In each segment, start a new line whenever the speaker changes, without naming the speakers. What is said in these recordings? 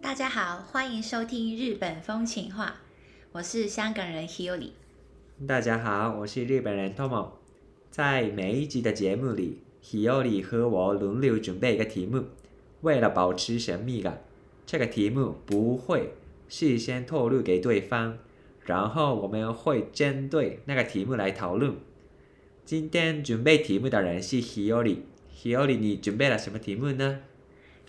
大家好，欢迎收听《日本风情话》，我是香港人 Hilly。
大家好，我是日本人 Tomo。在每一集的节目里，Hiyori 和我轮流准备一个题目。为了保持神秘感，这个题目不会事先透露给对方，然后我们会针对那个题目来讨论。今天准备题目的人是 Hiyori。Hiyori，你准备了什么题目呢？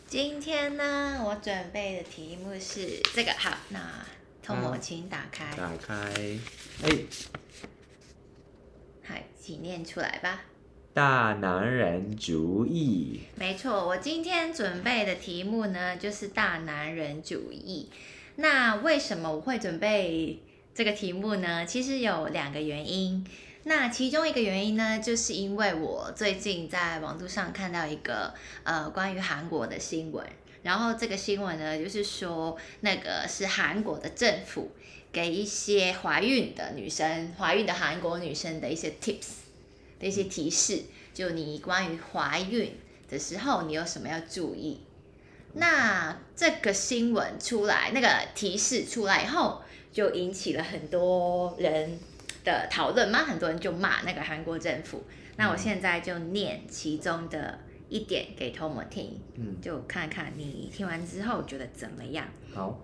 今天呢，我准备的题目是这个，好，那通我
好
请打开，
打开，哎，
嗨，请念出来吧。
大男人主义。
没错，我今天准备的题目呢，就是大男人主义。那为什么我会准备这个题目呢？其实有两个原因。那其中一个原因呢，就是因为我最近在网络上看到一个呃关于韩国的新闻，然后这个新闻呢，就是说那个是韩国的政府给一些怀孕的女生、怀孕的韩国女生的一些 tips 的一些提示，就你关于怀孕的时候，你有什么要注意？那这个新闻出来，那个提示出来以后，就引起了很多人的讨论嘛，很多人就骂那个韩国政府。那我现在就念其中的一点给 Tom 听，
嗯，
就看看你听完之后觉得怎么样。
好，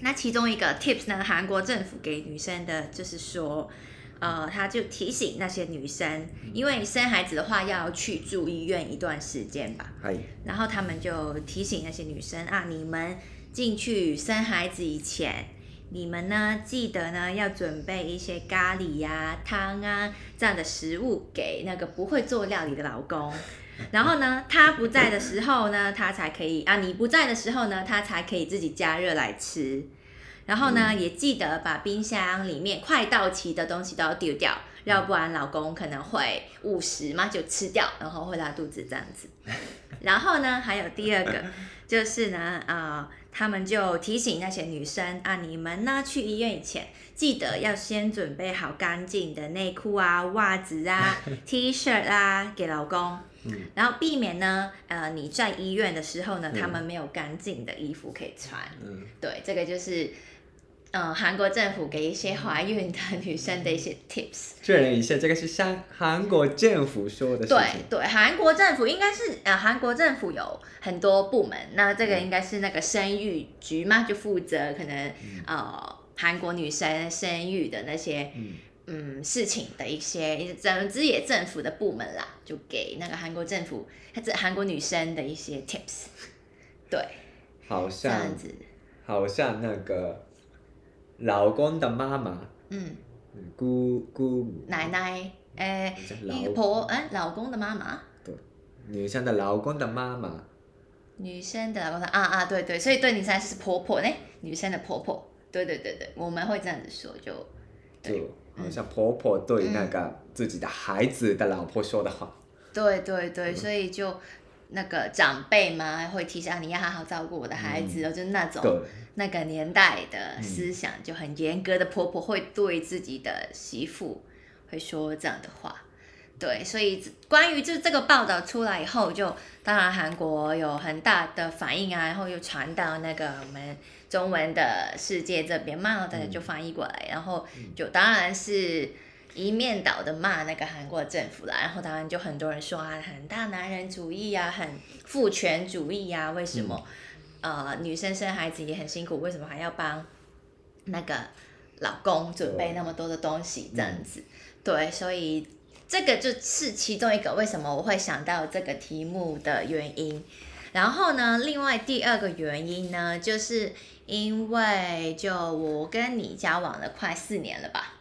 那其中一个 tips 呢，韩国政府给女生的就是说，呃，他就提醒那些女生，因为生孩子的话要去住医院一段时间吧。
嗨，
然后他们就提醒那些女生啊，你们进去生孩子以前，你们呢记得呢要准备一些咖喱呀、汤啊这样的食物给那个不会做料理的老公。然后呢，他不在的时候呢，他才可以啊，你不在的时候呢，他才可以自己加热来吃。然后呢，也记得把冰箱里面快到期的东西都要丢掉，要不然老公可能会误食嘛，就吃掉，然后会拉肚子这样子。然后呢，还有第二个 就是呢，啊、他们就提醒那些女生啊，你们呢去医院以前，记得要先准备好干净的内裤啊、袜子 啊、T 恤啊给老公。
嗯
然后避免呢，呃，你在医院的时候呢，
嗯
他们没有干净的衣服可以穿。
嗯，
对，这个就是，呃，韩国政府给一
嗯
些怀孕的女生的一些 tips。
确认一下，这个是香韩国政府说的事
对
情。
对，韩国政府应该是呃，韩国政府有很多部门，那这个
嗯
应该是那个生育局嘛，就负责可能呃韩国女生生育的那些
嗯
嗯事情的一些，总之也政府的部门啦，就给那个韩国政府，她这韩国女生的一些 tips，对，
好
这
像
样子，
好像那个老公的妈妈，
嗯，
嗯姑姑母
奶奶，哎、
好像
一个
老
婆，哎、老公的妈妈，
女生的老公的妈妈，
女生的老公的啊啊，对对，所以对女生是婆婆呢，女生的婆婆，对对对对，我们会这样子说，就对
就好像婆婆对那个自己的孩子的老婆说的话。
对对对，所以就那个长辈嘛，会提醒啊你要好好照顾我的孩子哦，就那种
对，
那个年代的思想就很严格的婆婆会对自己的媳妇会说这样的话。对，所以这关于就这个报道出来以后就，当然韩国有很大的反应啊，然后又传到那个我们中文的世界这边嘛，大家就翻译过来，然后就当然是一面倒的骂那个韩国政府啦，然后当然就很多人说啊，很大男人主义啊，很父权主义啊，为什么、呃女生生孩子也很辛苦，为什么还要帮那个老公准备那么多的东西这样子？对，所以这个就是其中一个为什么我会想到这个题目的原因。然后呢，另外第二个原因呢，就是因为就我跟你交往了快四年了吧。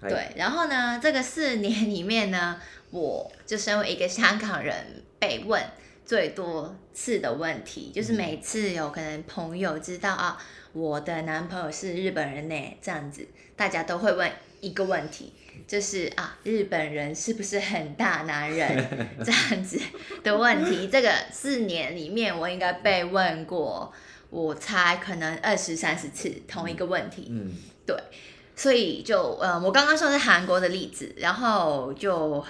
哎
对，然后呢，这个四年里面呢，我就身为一个香港人，被问最多次的问题，就是每次有可能朋友知道啊，我的男朋友是日本人呢，这样子，大家都会问一个问题，就是啊，日本人是不是很大男人这样子的问题。这个四年里面，我应该被问过，我猜可能二十三十次同一个问题。
嗯，
所以就呃，我刚刚说的是韩国的例子，然后就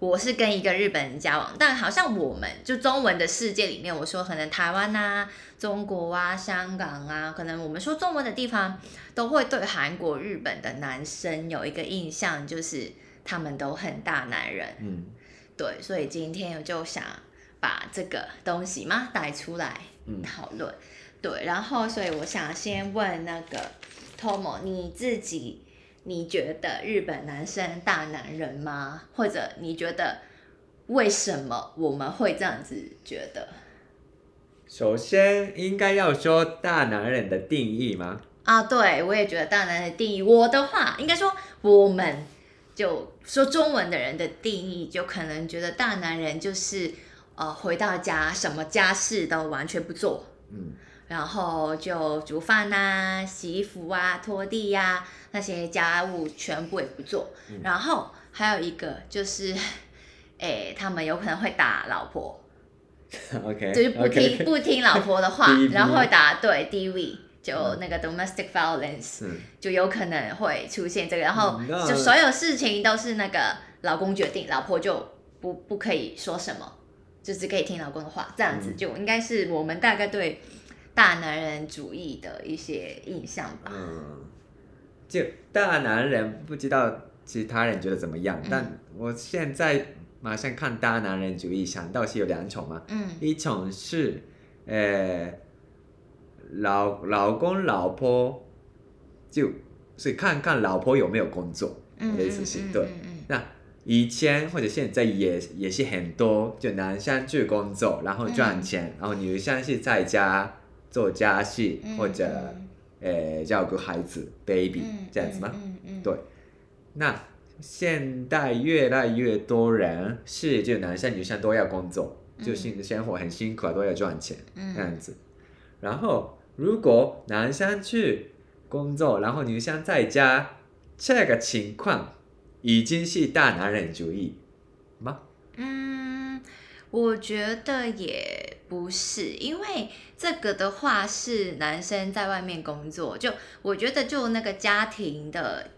我是跟一个日本人交往，但好像我们就中文的世界里面，我说可能台湾啊、中国啊、香港啊，可能我们说中文的地方，都会对韩国、日本的男生有一个印象，就是他们都很大男人。
嗯
对，所以今天我就想把这个东西嘛带出来
嗯
讨论。对，然后所以我想先问那个 Tomo，你自己你觉得日本男生大男人吗？或者你觉得为什么我们会这样子觉得？
首先应该要说大男人的定义吗？
啊，对，我也觉得大男人的定义，我的话应该说我们就说中文的人的定义，就可能觉得大男人就是呃回到家什么家事都完全不做，
嗯
然后就煮饭呐、洗衣服啊、拖地呀、那些家务全部也不做。
嗯
然后还有一个就是，诶，他们有可能会打老婆，
，OK，
就是不听
OK
不听老婆的 话
DV，
然后会打对 DV，就
嗯
那个 domestic violence，、
嗯
就有可能会出现这个。然后
嗯那
就所有事情都是那个老公决定，老婆就不不可以说什么，就只可以听老公的话，这样子
嗯
就应该是我们大概对大男人主义的一些印象吧。
嗯，就大男人不知道其他人觉得怎么样，
嗯
但我现在马上看大男人主义，想到是有两种嘛，
嗯
一种是，呃，老老公老婆就是看看老婆有没有工作，
嗯，
的意思是
嗯
对
嗯嗯
那以前或者现在也也是很多，就男生去工作，然后赚钱，然后女生是在家做家事、
嗯
或者
嗯
呃照顾孩子 baby、
嗯
这样子吗？
嗯嗯，嗯
对那现代越来越多人是就男生女生都要工作，
嗯
就是生活很辛苦啊，都要赚钱这样
嗯
子。然后如果男生去工作，然后女生在家，这个情况已经是大男人主义吗？
嗯，我觉得也不是，因为这个的话是男生在外面工作，就我觉得就那个家庭的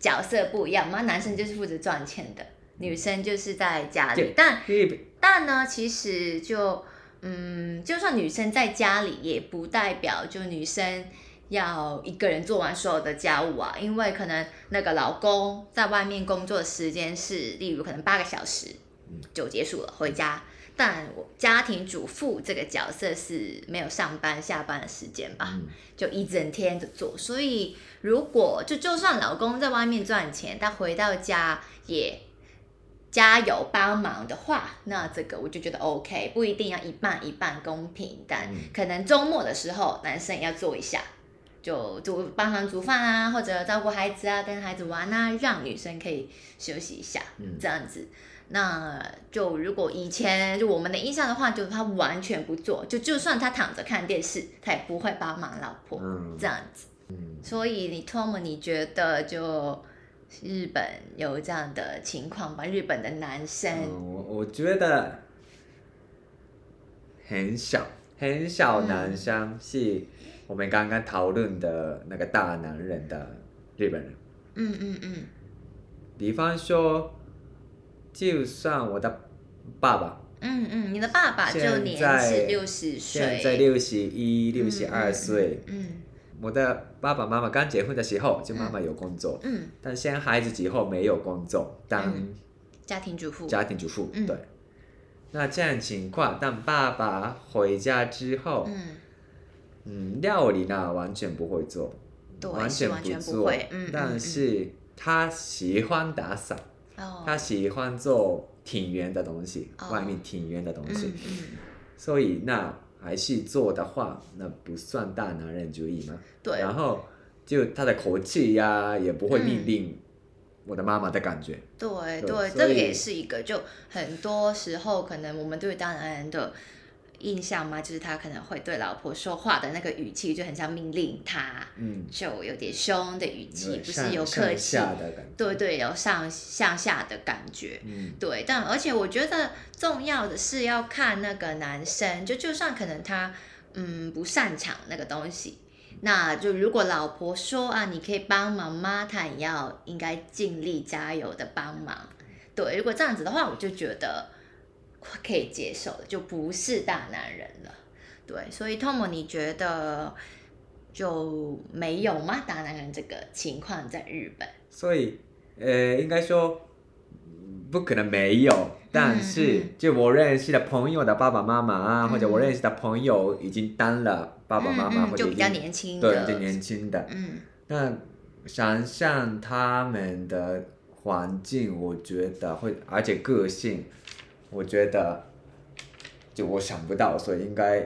角色不一样嘛，男生就是负责赚钱的，女生就是在家里
对，
但
日本
但呢，其实就嗯，就算女生在家里，也不代表就女生要一个人做完所有的家务啊，因为可能那个老公在外面工作的时间是，例如可能八个小时
嗯
就结束了，回家。但我家庭主妇这个角色是没有上班下班的时间吧？
嗯
就一整天的做。所以如果就就算老公在外面赚钱，但回到家也家有帮忙的话，那这个我就觉得 OK，不一定要一半一半公平，但
嗯
可能周末的时候男生也要做一下。就煮帮忙煮饭啊，或者照顾孩子啊，跟孩子玩啊，让女生可以休息一下，
嗯
这样子。那就如果以前就我们的印象的话，就是他完全不做，就就算他躺着看电视，他也不会帮忙老婆、
嗯
这样子。所以你 Tom，你觉得就日本有这样的情况吧？日本的男生，
嗯，我我觉得很少很少男生是我们刚刚讨论的那个大男人的日本人。
嗯嗯嗯
比方说，就算我的爸爸
嗯嗯，你的爸爸就年
现在
是六十岁，
现在六十一、六
嗯
十二岁，，
嗯
我的爸爸妈妈刚结婚的时候，就妈妈有工作，
嗯嗯，
但生孩子之后没有工作，当
嗯家庭主妇，
家庭主妇。
嗯
对，那这样情况，当爸爸回家之后，
嗯，
嗯，料理呢完全不会做，
对，
完
是
全
完全不
做
会，，嗯，
但是他喜欢打扫，
嗯嗯哦，
他喜欢做庭园的东西，
哦
外面庭园的东西。
嗯嗯。
所以那还是做的话，那不算大男人主义吗？
对
然后就他的口气呀、也不会命
嗯
令我的妈妈的感觉。
对
对
对，
所
这个
以
也是一个，就很多时候可能我们对大男人的印象嘛，就是他可能会对老婆说话的那个语气就很像命令他，
嗯，
就有点凶的语气，不是
上
有客
上
气，
下的感觉。
对，对，有上向下的感觉。
嗯
对，但而且我觉得重要的是要看那个男生，就就算可能他嗯不擅长那个东西，那就如果老婆说啊，你可以帮忙吗？他也要应该尽力加油的帮忙。对，如果这样子的话，我就觉得可以接受了，就不是大男人了。对，所以 Tom，你觉得就没有吗？大男人这个情况在日本？
所以，呃，应该说不可能没有，但是、
嗯
就我认识的朋友的爸爸妈妈啊，或者我
嗯
认识的朋友已经当了爸爸妈
嗯
妈，
嗯、
或者
就
已
比较
经
年轻的，
对比较年轻的，
嗯
那想象他们的环境，我觉得会，而且个性，我觉得就我想不到，所以应该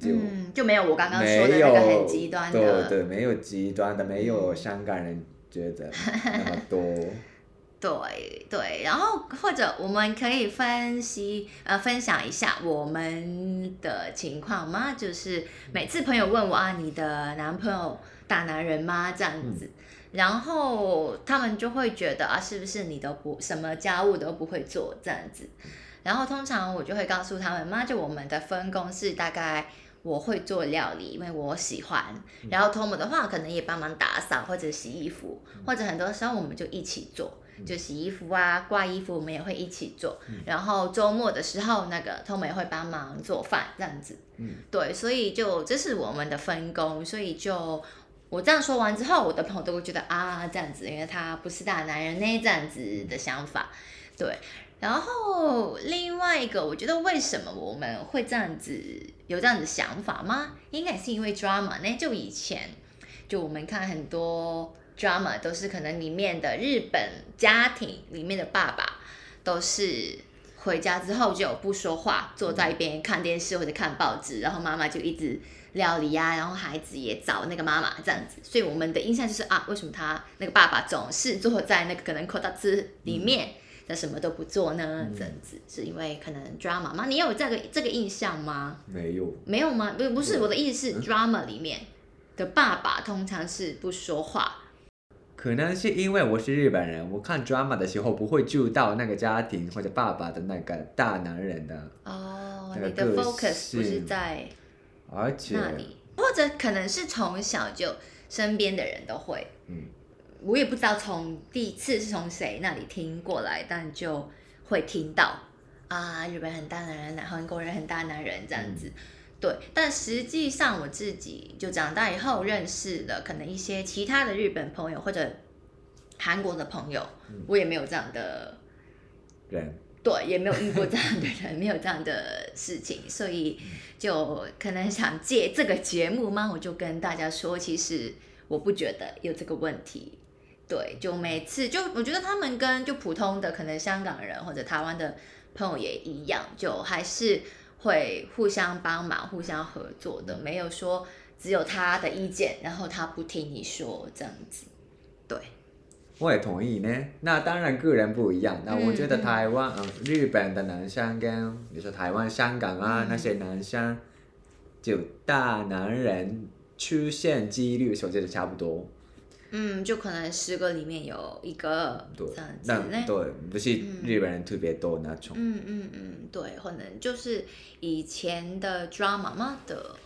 就。
嗯，就没有我刚刚说的
没
那
有
个很极端的，嗯
对对，没有极端的，没有香港人觉 得那么多。
对对，然后或者我们可以分析呃分享一下我们的情况吗？就是每次朋友问我啊，你的男朋友大男人吗？这样子，
嗯
然后他们就会觉得啊，是不是你都不什么家务都不会做这样子？然后通常我就会告诉他们，妈，就我们的分工是大概我会做料理，因为我喜欢。然后 Tom 的话，可能也帮忙打扫或者洗衣服，或者很多时候我们就一起做，就洗衣服啊、挂衣服，我们也会一起做。然后周末的时候，那个 Tom 也会帮忙做饭这样子。
嗯，
对，所以就这是我们的分工，所以就。我这样说完之后，我的朋友都会觉得啊，这样子，因为他不是大男人呢，这样子的想法，对。然后另外一个，我觉得为什么我们会这样子有这样子想法吗？应该也是因为 drama 呢。就以前，就我们看很多 drama 都是可能里面的日本家庭里面的爸爸都是回家之后就不说话，坐在一边看电视或者看报纸，然后妈妈就一直料理呀、啊，然后孩子也找那个妈妈这样子。所以我们的印象就是啊，为什么他那个爸爸总是坐在那个可能 k o t a 里面？那什么都不做呢？这样子
嗯
是因为可能 drama 吗？你有这个这个印象吗？
没有，
没有吗？不不是
对
我的意
嗯
思是 drama 里面的爸爸通常是不说话，
可能是因为我是日本人，我看 drama 的时候不会注意到那个家庭或者爸爸的那个大男人的，
哦，
那个
你的
个
focus
性
不是在
而且
那里，或者可能是从小就身边的人都会，
嗯，
我也不知道从第一次是从谁那里听过来，但就会听到啊，日本很大男人，韩国人很大男人这样子。对，但实际上我自己就长大以后认识了可能一些其他的日本朋友或者韩国的朋友，我也没有这样的
人
对，也没有遇过这样的人，没有这样的事情，所
嗯
以就可能想借这个节目嘛，我就跟大家说，其实我不觉得有这个问题。对，就每次就我觉得他们跟就普通的可能香港人或者台湾的朋友也一样，就还是会互相帮忙、互相合作
嗯
的，没有说只有他的意见，然后他不听你说这样子。对，
我也同意呢。那当然个人不一样。那我觉得
嗯嗯
台湾、嗯日本的男生跟比如说台湾、香港啊、那些男生，就大男人出现几率，我觉得差不多。
嗯，就可能十个里面有一个
对
这样，子
那
呢。
对不是日本人特别多那种。
嗯嗯嗯，对，可能就是以前的 drama 嘛的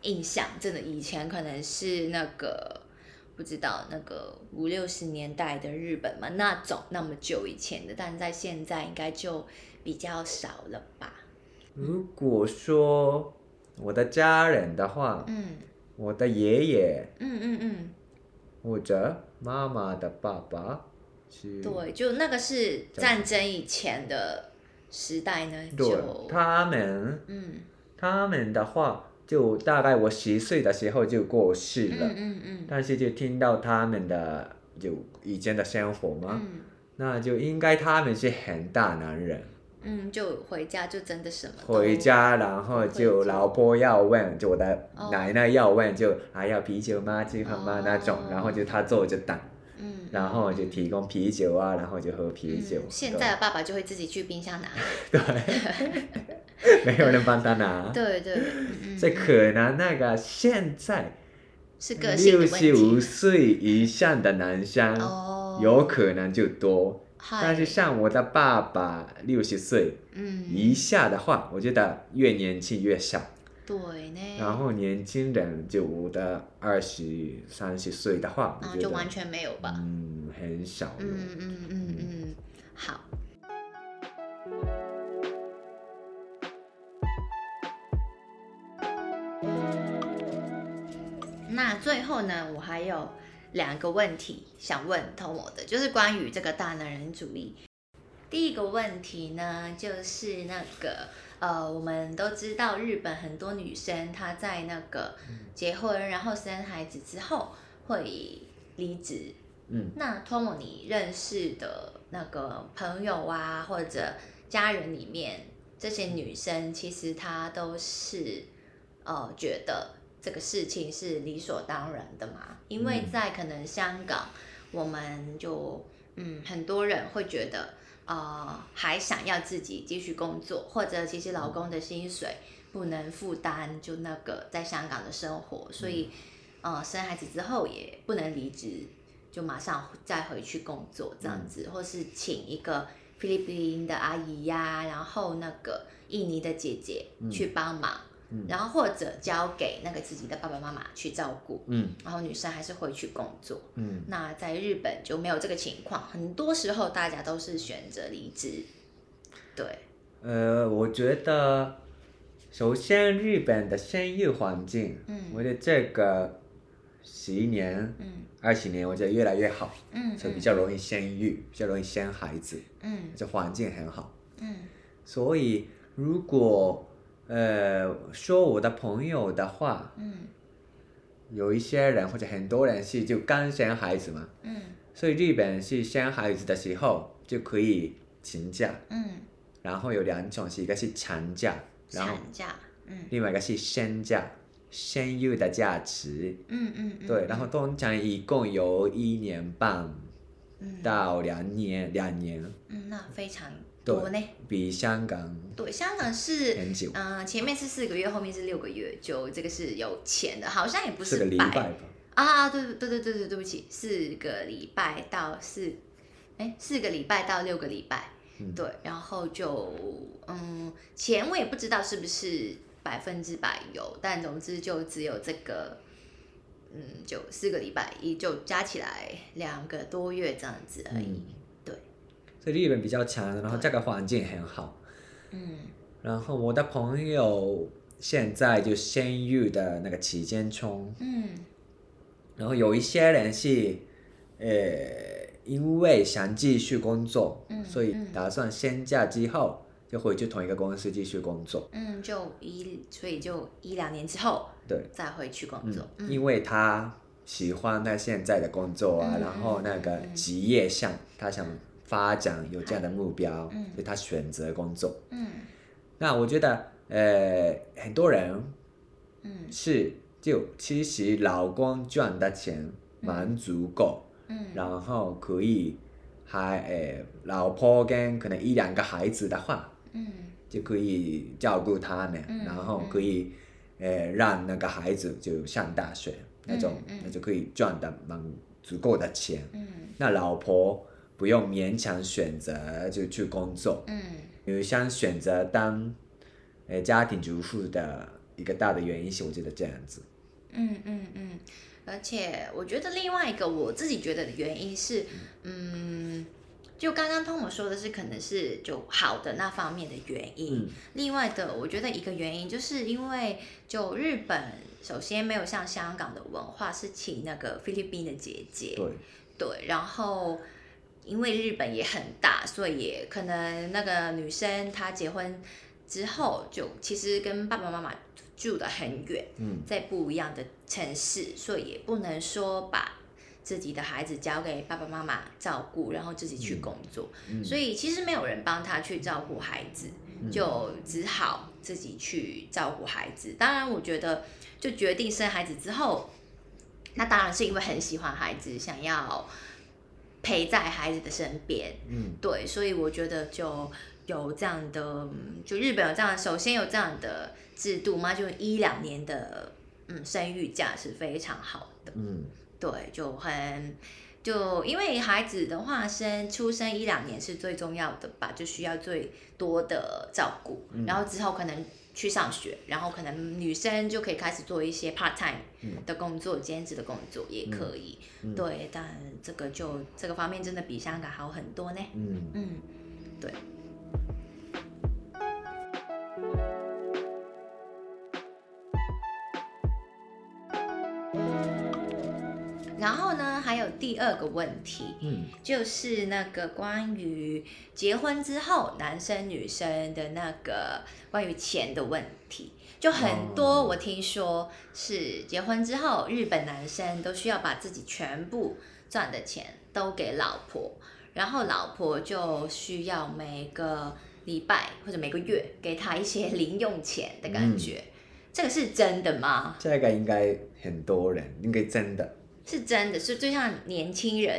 印象，真的以前可能是那个不知道那个五六十年代的日本嘛，那种那么久以前的，但在现在应该就比较少了吧。
如果说我的家人的话，
嗯
我的爷爷
嗯嗯嗯，
或者妈妈的爸爸是，
对，就那个是战争以前的时代呢，
对
就
他们
嗯
他们的话，就大概我十岁的时候就过世
嗯
了，
嗯嗯
但是就听到他们的就以前的生活嘛，
嗯
那就应该他们是很大男人，
嗯，就回家就真的什么都
回家然后就老婆要问，就我的
哦
奶奶要问，就还要啤酒吗？鸡饭吗？那种
哦，
然后就他坐着等，
嗯，
然后就提供啤酒啊，然后就喝啤酒。
嗯。现在的爸爸就会自己去冰箱拿。
对对 没有人帮他拿，
对对， 嗯
所以可能那个现在
是个性
六
的
十
问
五
题。
岁以上的男生
哦，哎
有可能就多，
嗨，
但是像我的爸爸六十岁
嗯，
以下的话，我觉得越年轻越少。
对呢，
然后年轻人就我的二十三十岁的话，我
啊
觉
就
得
完全没有吧。
嗯很少有。
嗯嗯嗯嗯嗯，好。那最后呢，我还有两个问题想问 Tomo 的，就是关于这个大男人主义。第一个问题呢，就是那个呃，我们都知道日本很多女生她在那个结婚然后生孩子之后会离职。
嗯，
那 Tomo 你认识的那个朋友啊，或者家人里面这些女生，其实她都是呃觉得这个事情是理所当然的嘛，因为
嗯
在可能香港，我们就嗯很多人会觉得。呃，还想要自己继续工作，或者其实老公的薪水不能负担就那个在香港的生活，所
嗯
以，呃，生孩子之后也不能离职，就马上再回去工作这
嗯
样子，或是请一个菲律宾的阿姨呀、然后那个印尼的姐姐
嗯
去帮忙，
嗯
然后或者交给那个自己的爸爸妈妈去照顾，
嗯
然后女生还是回去工作。
嗯
那在日本就没有这个情况，很多时候大家都是选择离职。对，
呃，我觉得首先日本的生育环境，我
嗯
觉得这个十年、
嗯
二十年，我觉得越来越好，
嗯，
就比较容易生育，比较容易生孩子，
嗯
这环境很好。
嗯
所以如果呃说我的朋友的话，
嗯
有一些人或者很多人是就刚生孩子嘛，
嗯
所以日本是生孩子的时候就可以请假，
嗯，
然后有两种是一个是产假，然后
产假，嗯
另外一个是生假，生育的价值。
嗯嗯嗯，
对，然后通常一共有一年半
嗯
到两年，两年
嗯，那非常多呢。
比香港
对，香港是。
很久，
嗯、前面是四个月，后面是六个月，就这个是有钱的，好像也不
是个
是
礼
百
拜吧。
啊，对对对对对对，对不起，四个礼拜到四，哎，四个礼拜到六个礼拜，
嗯
对，然后就嗯，钱我也不知道是不是百分之百有，但总之就只有这个，嗯，就四个礼拜，也就加起来两个多月这样子而已，
嗯
对，
所以日本比较长，然后这个环境很好。
嗯
然后我的朋友现在就生育的那个期间中，
嗯
然后有一些人是，呃，因为想继续工作，
嗯
所以
嗯
打算休假之后就回去同一个公司继续工作。
嗯，就一，所以就一两年之后
对，
再回去工
嗯
作，，嗯
因为他喜欢他现在的工作啊，
嗯
然后那个
嗯嗯嗯
职业上他想发展有这样的目标，
嗯
所以他选择工作。
嗯
那我觉得，呃，很多人
嗯
是就其实老公赚的钱蛮足够，
嗯，
然后可以还呃老婆跟可能一两个孩子的话，
嗯
就可以照顾他们，
嗯
然后可以呃让那个孩子就上大学那种，
嗯嗯
那就可以赚的蛮足够的钱。
嗯
那老婆不用勉强选择就去工作，
嗯
女生选择当呃家庭主妇的一个大的原因是我觉得这样子。
嗯嗯嗯，而且我觉得另外一个我自己觉得的原因是，嗯，就刚刚通我说的是，可能是就好的那方面的原因。
嗯
另外的，我觉得一个原因就是因为就日本首先没有像香港的文化是请那个菲律宾的姐姐，
对，
对，然后因为日本也很大，所以也可能那个女生她结婚之后就其实跟爸爸妈妈住得很远。
嗯
在不一样的城市，所以也不能说把自己的孩子交给爸爸妈妈照顾，然后自己去工作。
嗯，
所
以
以其实没有人帮他去照顾孩子，就只好自己去照顾孩子。当然，我觉得就决定生孩子之后，那当然是因为很喜欢孩子，想要陪在孩子的身边。
嗯
对，所以我觉得就有这样的，嗯就日本有这样，首先有这样的制度嘛，就一两年的嗯生育假是非常好的，
嗯
对，就很就因为孩子的话生出生一两年是最重要的吧，就需要最多的照顾，
嗯
然后之后可能。去上学，然后可能女生就可以开始做一些 part time
嗯
的工作、兼职的工作也可以。
嗯
对，但这个就这个方面真的比香港好很多呢。
嗯，
嗯，对。然后呢，还有第二个问题，
嗯
就是那个关于结婚之后男生女生的那个关于钱的问题，就很多我听说是结婚之后日本男生都需要把自己全部赚的钱都给老婆，然后老婆就需要每个礼拜或者每个月给他一些零用钱的感觉，这个是真的吗？
这个应该很多人应该真的，
是真的，是就像年轻人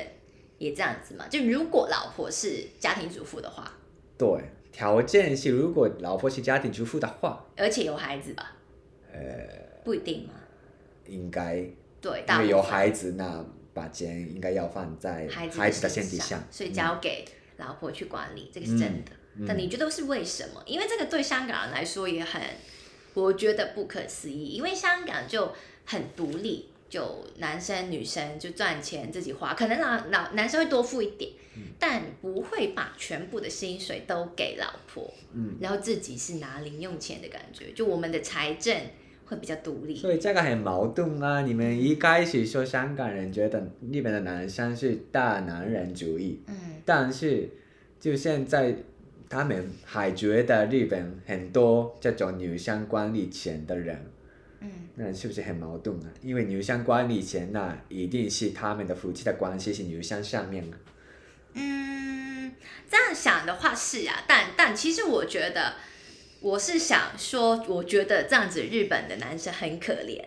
也这样子嘛？就如果老婆是家庭主妇的话，
对，条件是如果老婆是家庭主妇的话，
而且有孩子吧？
呃，
不一定嘛。
应该因
对，大部
为
分
有孩子，那把钱应该要放在
孩子
孩子的身
身
体上，
所以交给老婆去管理，这个是真的。
嗯
但你觉得是为什么？因为这个对香港人来说也很，我觉得不可思议。因为香港就很独立，就男生女生就赚钱自己花，可能老老男生会多付一点，
嗯
但不会把全部的薪水都给老婆，
嗯，
然后自己是拿零用钱的感觉。就我们的财政会比较独立，
所以这个很矛盾啊！你们一开始说香港人觉得日本的男生是大男人主义，
嗯，
但是就现在他们还觉得日本很多这种女生管理钱的人，
嗯，
那是不是很矛盾啊？因为女生管理钱那、一定是他们的夫妻的关系是女生上面啊。
嗯，这样想的话是啊，但但其实我觉得，我是想说，我觉得这样子日本的男生很可怜。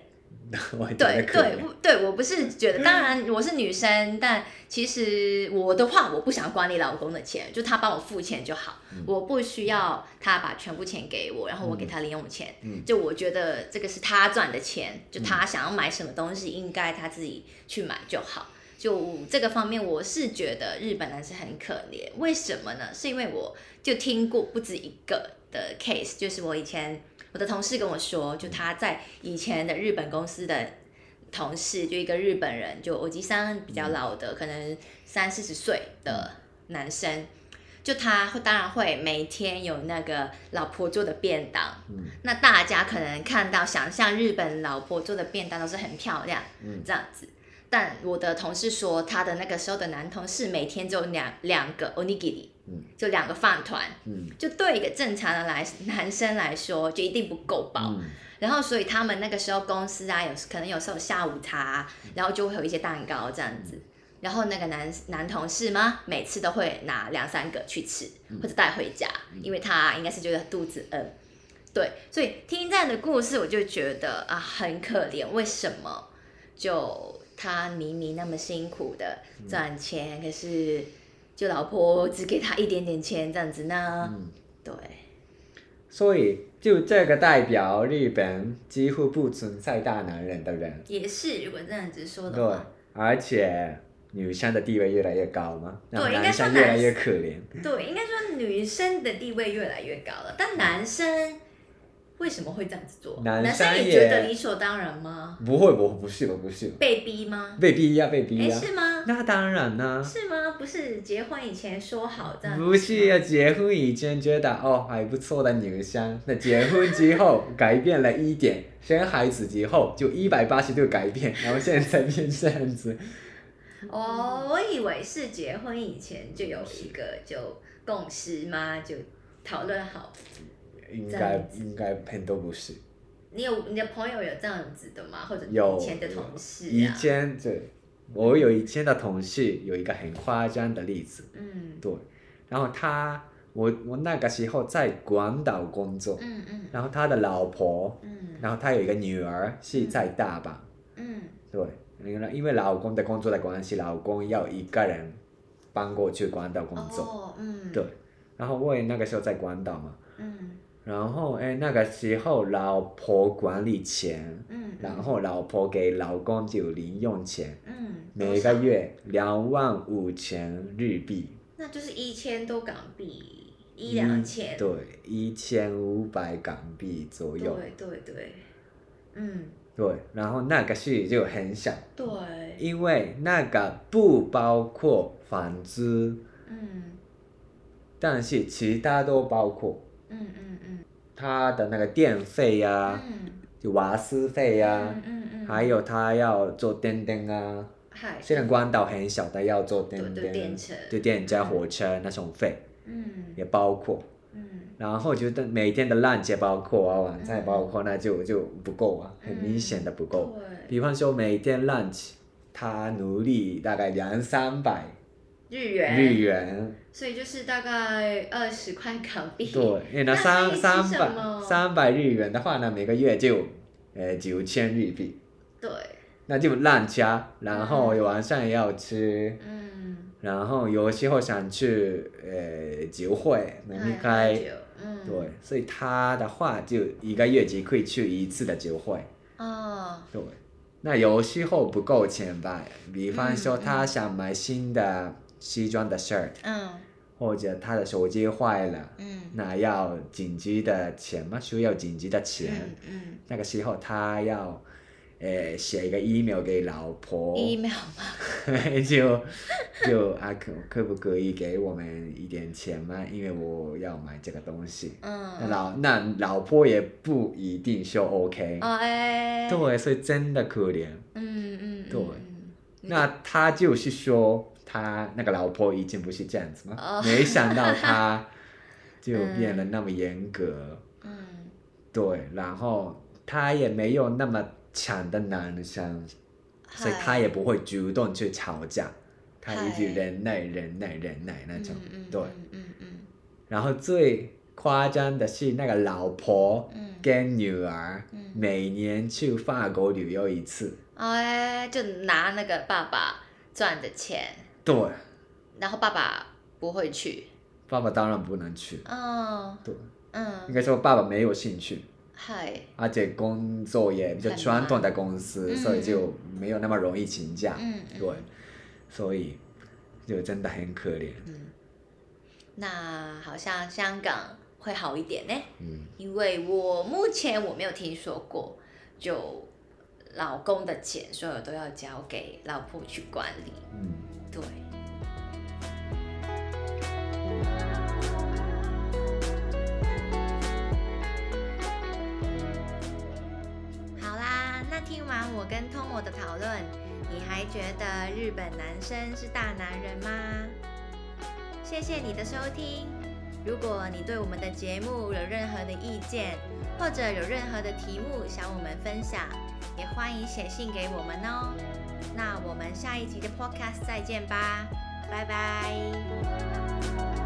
我觉得
对
可
对
能
我对，我不是觉得，当然我是女生，但其实我的话，我不想管理老公的钱，就他帮我付钱就好，我不需要他把全部钱给我，然后我给他零用钱。
嗯
就我觉得这个是他赚的钱，就他想要买什么东西，应该他自己去买就好。就这个方面，我是觉得日本男生很可怜，为什么呢？是因为我就听过不止一个的 case，就是我以前我的同事跟我说，就他在以前的日本公司的同事，就一个日本人，就我吉桑比较
嗯
老的，可能三四十岁的男生，就他会当然会每天有那个老婆做的便当，
嗯
那大家可能看到想象日本老婆做的便当都是很漂亮，
嗯
这样子。但我的同事说，他的那个时候的男同事每天只有两两个 onigiri，
嗯
就两个饭团，
嗯
就对一个正常的来男生来说，就一定不够饱。
嗯
然后所以他们那个时候公司啊，有可能有时候下午茶啊、
嗯
然后就会有一些蛋糕这样子。然后那个男男同事嘛，每次都会拿两三个去吃
嗯
或者带回家，因为他应该是觉得肚子饿。对，所以听这样的故事，我就觉得啊，很可怜，为什么？就他明明那么辛苦的
嗯
赚钱，可是就老婆只给他一点点钱这样子呢？
嗯，
对，
所以就这个代表日本几乎不存在大男人的人，
也是，如果这样子说的
对
话，，
而且女生的地位越来越高嘛，那
对应该
男
说
生越来
男
越可怜。
对，应该说女生的地位越来越高了，但男生为什么会这样子做？
男
生
生
也觉
也
得理所当然吗？
不会，不不是吧，不是吧，
被逼吗？
被逼呀、被逼啊
哎，
呀、
是吗？
那当然啦、
是吗？不是结婚以前说好这样子吗？
不是啊，结婚以前觉得哦还不错的女生，那结婚之后改变了一点，生孩子之后就一百八十度改变，然后现在变这样子。
哦，我以为是结婚以前就有一个就共识嘛，就讨论好。
应
这
该
样
应该很多不是，
你有你的朋友有这样子的吗？或者
有
以前的同事
以
啊？
前对，我有以前的同事有一个很夸张的例子，
嗯
对，然后他我我那个时候在广岛工作，
嗯嗯
然后他的老婆，
嗯
然后他有一个女儿是在大阪，
嗯
对，因为因为老公的工作的关系，老公要一个人搬过去广岛工作。
哦嗯
对然后我也那个时候在广岛嘛，
嗯
然后哎那个时候老婆管理钱，
嗯
然后老婆给老公就有零用钱，
嗯
每个月两万五千日币，
那就是一千多港币，一
一
两千，
对，一千五百港币左右，
对对对，嗯，
对，然后那个是就很少，
对，
因为那个不包括房租，
嗯
但是其他都包括。
嗯嗯嗯
他的那个电费呀、
嗯，
啊就瓦斯费呀、
嗯嗯嗯，
还有他要坐电灯啊，
嗨，
虽然关岛很小，但要坐电
对对电车
对电加火车那种费
嗯
也包括。
嗯，
然后觉得每天的 lunch 也包括啊，晚餐也包括，那就就不够啊，很明显的不够。
对，
比方说每天 lunch，他努力大概两三百
日元，
日元，
所以就是大概二十块港币，
对，因为
那
那三
可以吃
三
什
百
么
三百日元的话呢，每个月就呃九千日币，
对，
那就 lunch 啊，然后晚上也要吃。
嗯，
然后有时候想去呃酒会
那
能离
还喝
开，
酒嗯，
对，，所以他的话就一个月只可以去一次的酒会，
哦，
对。那有时候不够钱吧，比方说他想买新的西装的 shirt，、
嗯
或者他的手机坏了，
嗯
那要紧急的钱吗？需要紧急的钱。
嗯嗯
那个时候他要，呃，写一个 email 给老婆。
，email 吗？
就就啊，可可不可以给我们一点钱吗？因为我要买这个东西。那
嗯，
老那老婆也不一定说 OK，、
哦哎，
对，所以真的可怜。
嗯嗯，
对
嗯
那他就是说，他那个老婆已经不是这样子吗？
哦
没想到 他就变得那么严格，
嗯，
对，然后他也没有那么强的男生。所以他
也
也不会主动去吵架，他一直
嗨
忍耐、忍耐、忍耐那种。对，
嗯嗯嗯
然后最夸张的是那个老婆
嗯
跟女儿
嗯
每年去法国旅游一次。
哦哎，就拿那个爸爸赚的钱，
对，
然后爸爸不会去，
爸爸当然不能去，
哦，
对，应
嗯，
该说爸爸没有兴趣，
嗨，
而且工作也比较
很忙
传统的公司，
嗯
所以就没有那么容易请假。
嗯嗯
对，所以就真的很可怜。
嗯，那好像香港会好一点呢，
嗯，
因为我目前我没有听说过，就老公的钱所有都要交给老婆去管理，
嗯。
对，好啦，那听完我跟 Tomo 的讨论，你还觉得日本男生是大男人吗？谢谢你的收听。如果你对我们的节目有任何的意见，或者有任何的题目想我们分享，也欢迎写信给我们哦。那我们下一集的 Podcast 再见吧，拜拜。